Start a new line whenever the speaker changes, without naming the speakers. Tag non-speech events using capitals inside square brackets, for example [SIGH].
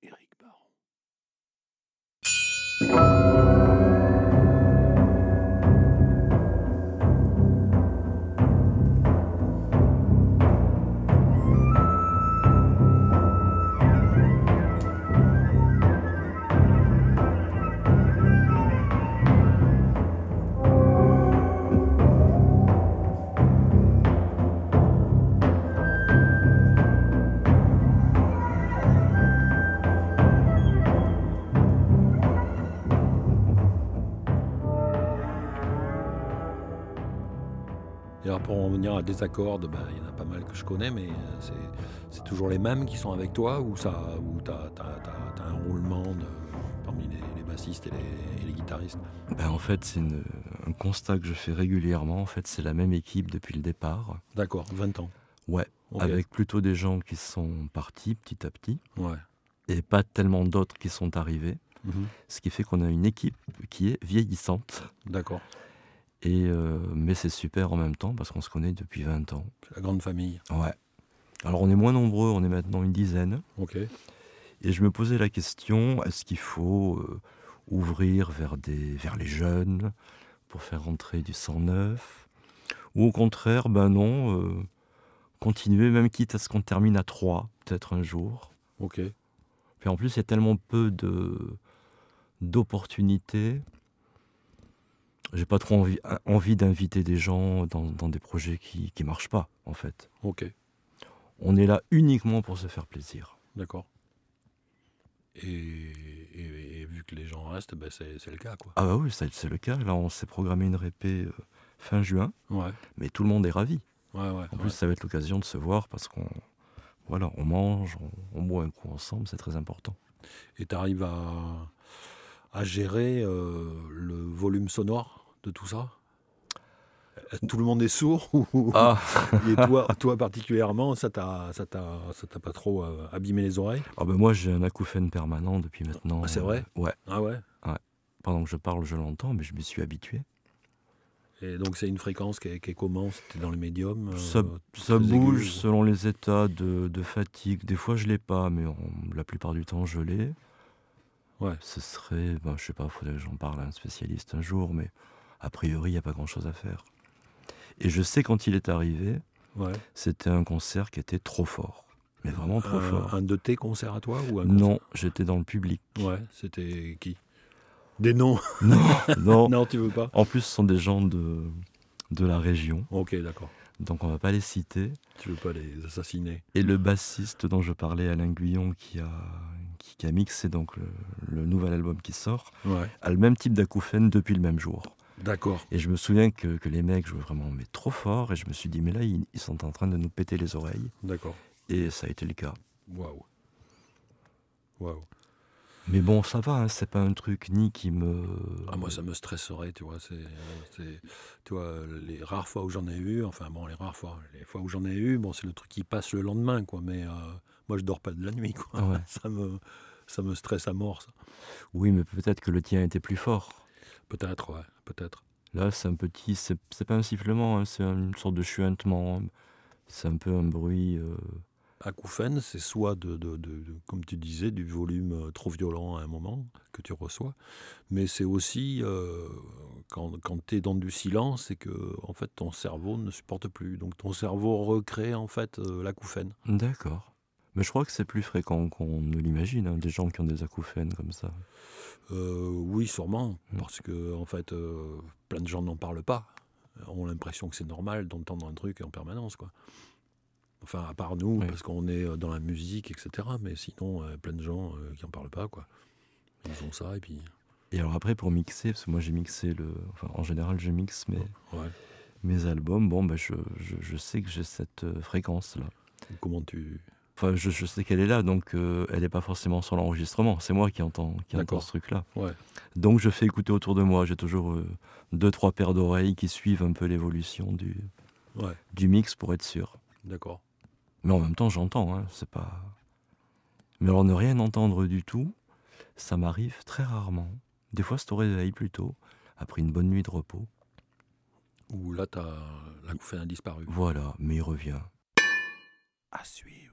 Éric Baron. Et alors pour en venir à des accords, bah, il y en a pas mal que je connais, mais euh, c'est, c'est toujours les mêmes qui sont avec toi ou ça, ou t'as, t'as- t'as- t'as un roulement de- parmi les, les bassistes et les, et les guitaristes.
Ben, en fait, c'est une- un constat que je fais régulièrement. En fait, c'est la même équipe depuis le départ,
D'accord, 20 ans.
Ouais,
Ok.
avec plutôt des gens qui sont partis petit à petit
Ouais.
et pas tellement d'autres qui sont arrivés.
Mhm.
Ce qui fait qu'on a une équipe qui est vieillissante.
D'accord.
Et euh, mais c'est super en même temps parce qu'on se connaît depuis 20 ans.
C'est la grande famille.
Ouais. Alors on est moins nombreux, on est maintenant une dizaine.
Ok.
Et je me posais la question, est-ce qu'il faut euh, ouvrir vers, des, vers les jeunes pour faire rentrer du sang neuf Ou au contraire, ben non, euh, continuer même quitte à ce qu'on termine à 3 peut-être un jour.
Ok.
Puis en plus, il y a tellement peu de d'opportunités. J'ai pas trop envie, envie d'inviter des gens dans, dans des projets qui qui marchent pas, en fait.
Ok.
On est là uniquement pour se faire plaisir.
D'accord. Et, et- et vu que les gens restent, bah, c'est, c'est le cas, quoi.
Ah bah oui, ça, c'est le cas. Là, on s'est programmé une répé euh, fin juin,
Ouais.
mais tout le monde est ravi.
Ouais, ouais.
En plus, ça va être l'occasion de se voir parce qu'on voilà, on mange, on, on boit un coup ensemble, c'est très important.
et tu arrives à, à gérer euh, le volume sonore de tout ça Euh, Tout le monde est sourd ou-
Ah,
Et toi, [LAUGHS] toi particulièrement, ça t'a, ça t'a, ça t'a pas trop euh, abîmé les oreilles
ah bah moi, j'ai un acouphène permanent depuis maintenant.
Ah, c'est vrai
euh, Ouais.
Ah ouais
Pendant que je parle, je l'entends, mais je me suis habitué.
Et donc c'est une fréquence qui est, qui est comment C'était dans les médiums euh,
ça ça
très aigu,
bouge
ou-
selon les états de, de fatigue. Des fois, je l'ai pas, mais on- la plupart du temps, je l'ai.
Ouais.
Ce serait, ben, je sais pas, faudrait que j'en parle à un spécialiste un jour, mais a priori, il n'y a pas grand-chose à faire. Et je sais quand il est arrivé,
Ouais.
c'était un concert qui était trop fort. Mais vraiment trop
Un-
fort.
Un de tes concerts à toi ou Euh, un
Non, j'étais dans le public. [LAUGHS]
concert- Ouais, c'était qui Des noms
Non, non.
Non, tu veux pas
En plus, ce sont des gens de, de la région,
Ok, d'accord.
donc on va pas les citer.
Tu veux pas les assassiner
Et le bassiste dont je parlais, Alain Guyon, qui a, qui, qui a mixé donc le, le nouvel album qui sort,
Ouais.
a le même type d'acouphène depuis le même jour.
D'accord.
Et je me souviens que, que les mecs jouaient vraiment mais trop fort, et je me suis dit, mais là, ils, ils sont en train de nous péter les oreilles.
D'accord.
Et ça a été le cas.
Waouh. Waouh.
Mais bon, ça va, hein, c'est pas un truc ni qui me.
Ah, moi, ça me stresserait, tu vois. C'est, euh, c'est- tu vois, euh, les rares fois où j'en ai eu, enfin bon, les rares fois, les fois où j'en ai eu, bon, c'est le truc qui passe le lendemain, quoi. Mais euh, moi, je dors pas de la nuit, quoi.
Ah ouais.
[LAUGHS] ça me, ça me stresse à mort, ça.
Oui, mais peut-être que le tien était plus fort.
Peut-être, ouais, peut-être.
Là, c'est un petit. C'est c'est pas un sifflement, hein, c'est une sorte de chuintement. hein. C'est un peu un bruit. euh,
Acouphène, c'est soit de, de- de- de- comme tu disais, du volume euh, trop violent à un moment que tu reçois, mais c'est aussi euh, quand, quand tu es dans du silence et que en fait ton cerveau ne supporte plus. Donc ton cerveau recrée en fait euh, l'acouphène.
D'accord. Mais je crois que c'est plus fréquent qu'on ne l'imagine, hein, des gens qui ont des acouphènes comme ça.
Euh, oui, sûrement,
Mm.
parce que en fait, euh, plein de gens n'en parlent pas. Euh, Ont l'impression que c'est normal d'entendre un truc en permanence, quoi. Enfin, à part nous,
Oui.
parce qu'on est euh, dans la musique, etc. Mais sinon, euh, plein de gens euh, qui en parlent pas, quoi. Ils font ça et puis.
Et alors après, pour mixer, parce que moi j'ai mixé le. Enfin, en général, je mixe mes,
Ouais.
mes albums. Bon, ben, je, je- je sais que j'ai cette euh, fréquence-là.
Comment tu.
Enfin, je, je sais qu'elle est là, donc euh, elle n'est pas forcément sur l'enregistrement. C'est moi qui entends, qui entends
D'accord.
ce truc-là.
Ouais.
Donc je fais écouter autour de moi. J'ai toujours euh, deux, trois paires d'oreilles qui suivent un peu l'évolution du,
Ouais,
du mix pour être sûr.
d'accord.
Mais en même temps, j'entends. hein, c'est pas. Mais alors ne rien entendre du tout, ça m'arrive très rarement. Des fois, c'est au réveil plutôt, après une bonne nuit de repos.
Ou là, t'as... l'acouphène a disparu.
Voilà, mais il revient.
À suivre.